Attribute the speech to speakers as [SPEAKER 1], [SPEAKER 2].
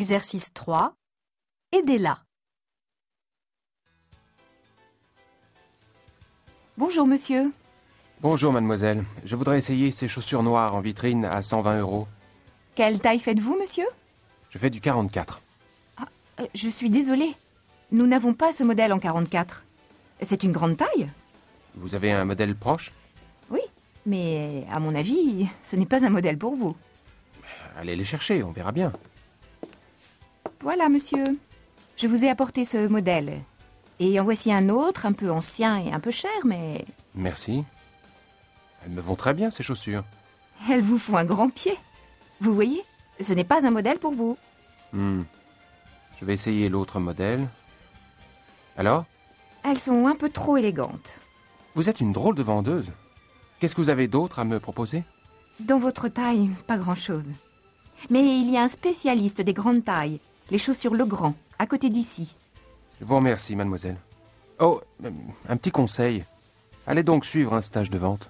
[SPEAKER 1] Exercice 3. Aidez-la. Bonjour monsieur.
[SPEAKER 2] Bonjour mademoiselle, je voudrais essayer ces chaussures noires en vitrine à 120 euros.
[SPEAKER 1] Quelle taille faites-vous monsieur
[SPEAKER 2] Je fais du 44.
[SPEAKER 1] Euh, Je suis désolée. Nous n'avons pas ce modèle en 44. C'est une grande taille
[SPEAKER 2] Vous avez un modèle proche
[SPEAKER 1] Oui, mais à mon avis, ce n'est pas un modèle pour vous.
[SPEAKER 2] Allez les chercher, on verra bien.
[SPEAKER 1] Voilà monsieur. Je vous ai apporté ce modèle. Et en voici un autre, un peu ancien et un peu cher, mais
[SPEAKER 2] Merci. Elles me vont très bien ces chaussures.
[SPEAKER 1] elles vous font un grand pied. Vous voyez, ce n'est pas un modèle pour vous.
[SPEAKER 2] Hmm. Je vais essayer l'autre modèle. Alors
[SPEAKER 1] Elles sont un peu trop élégantes.
[SPEAKER 2] Vous êtes une drôle de vendeuse. Qu'est-ce que vous avez d'autre à me proposer
[SPEAKER 1] Dans votre taille, pas grand-chose. Mais il y a un spécialiste des grandes tailles, les chaussures Legrand, à côté d'ici.
[SPEAKER 2] Je vous remercie mademoiselle. Oh, euh, un petit conseil. Allez donc suivre un stage de vente.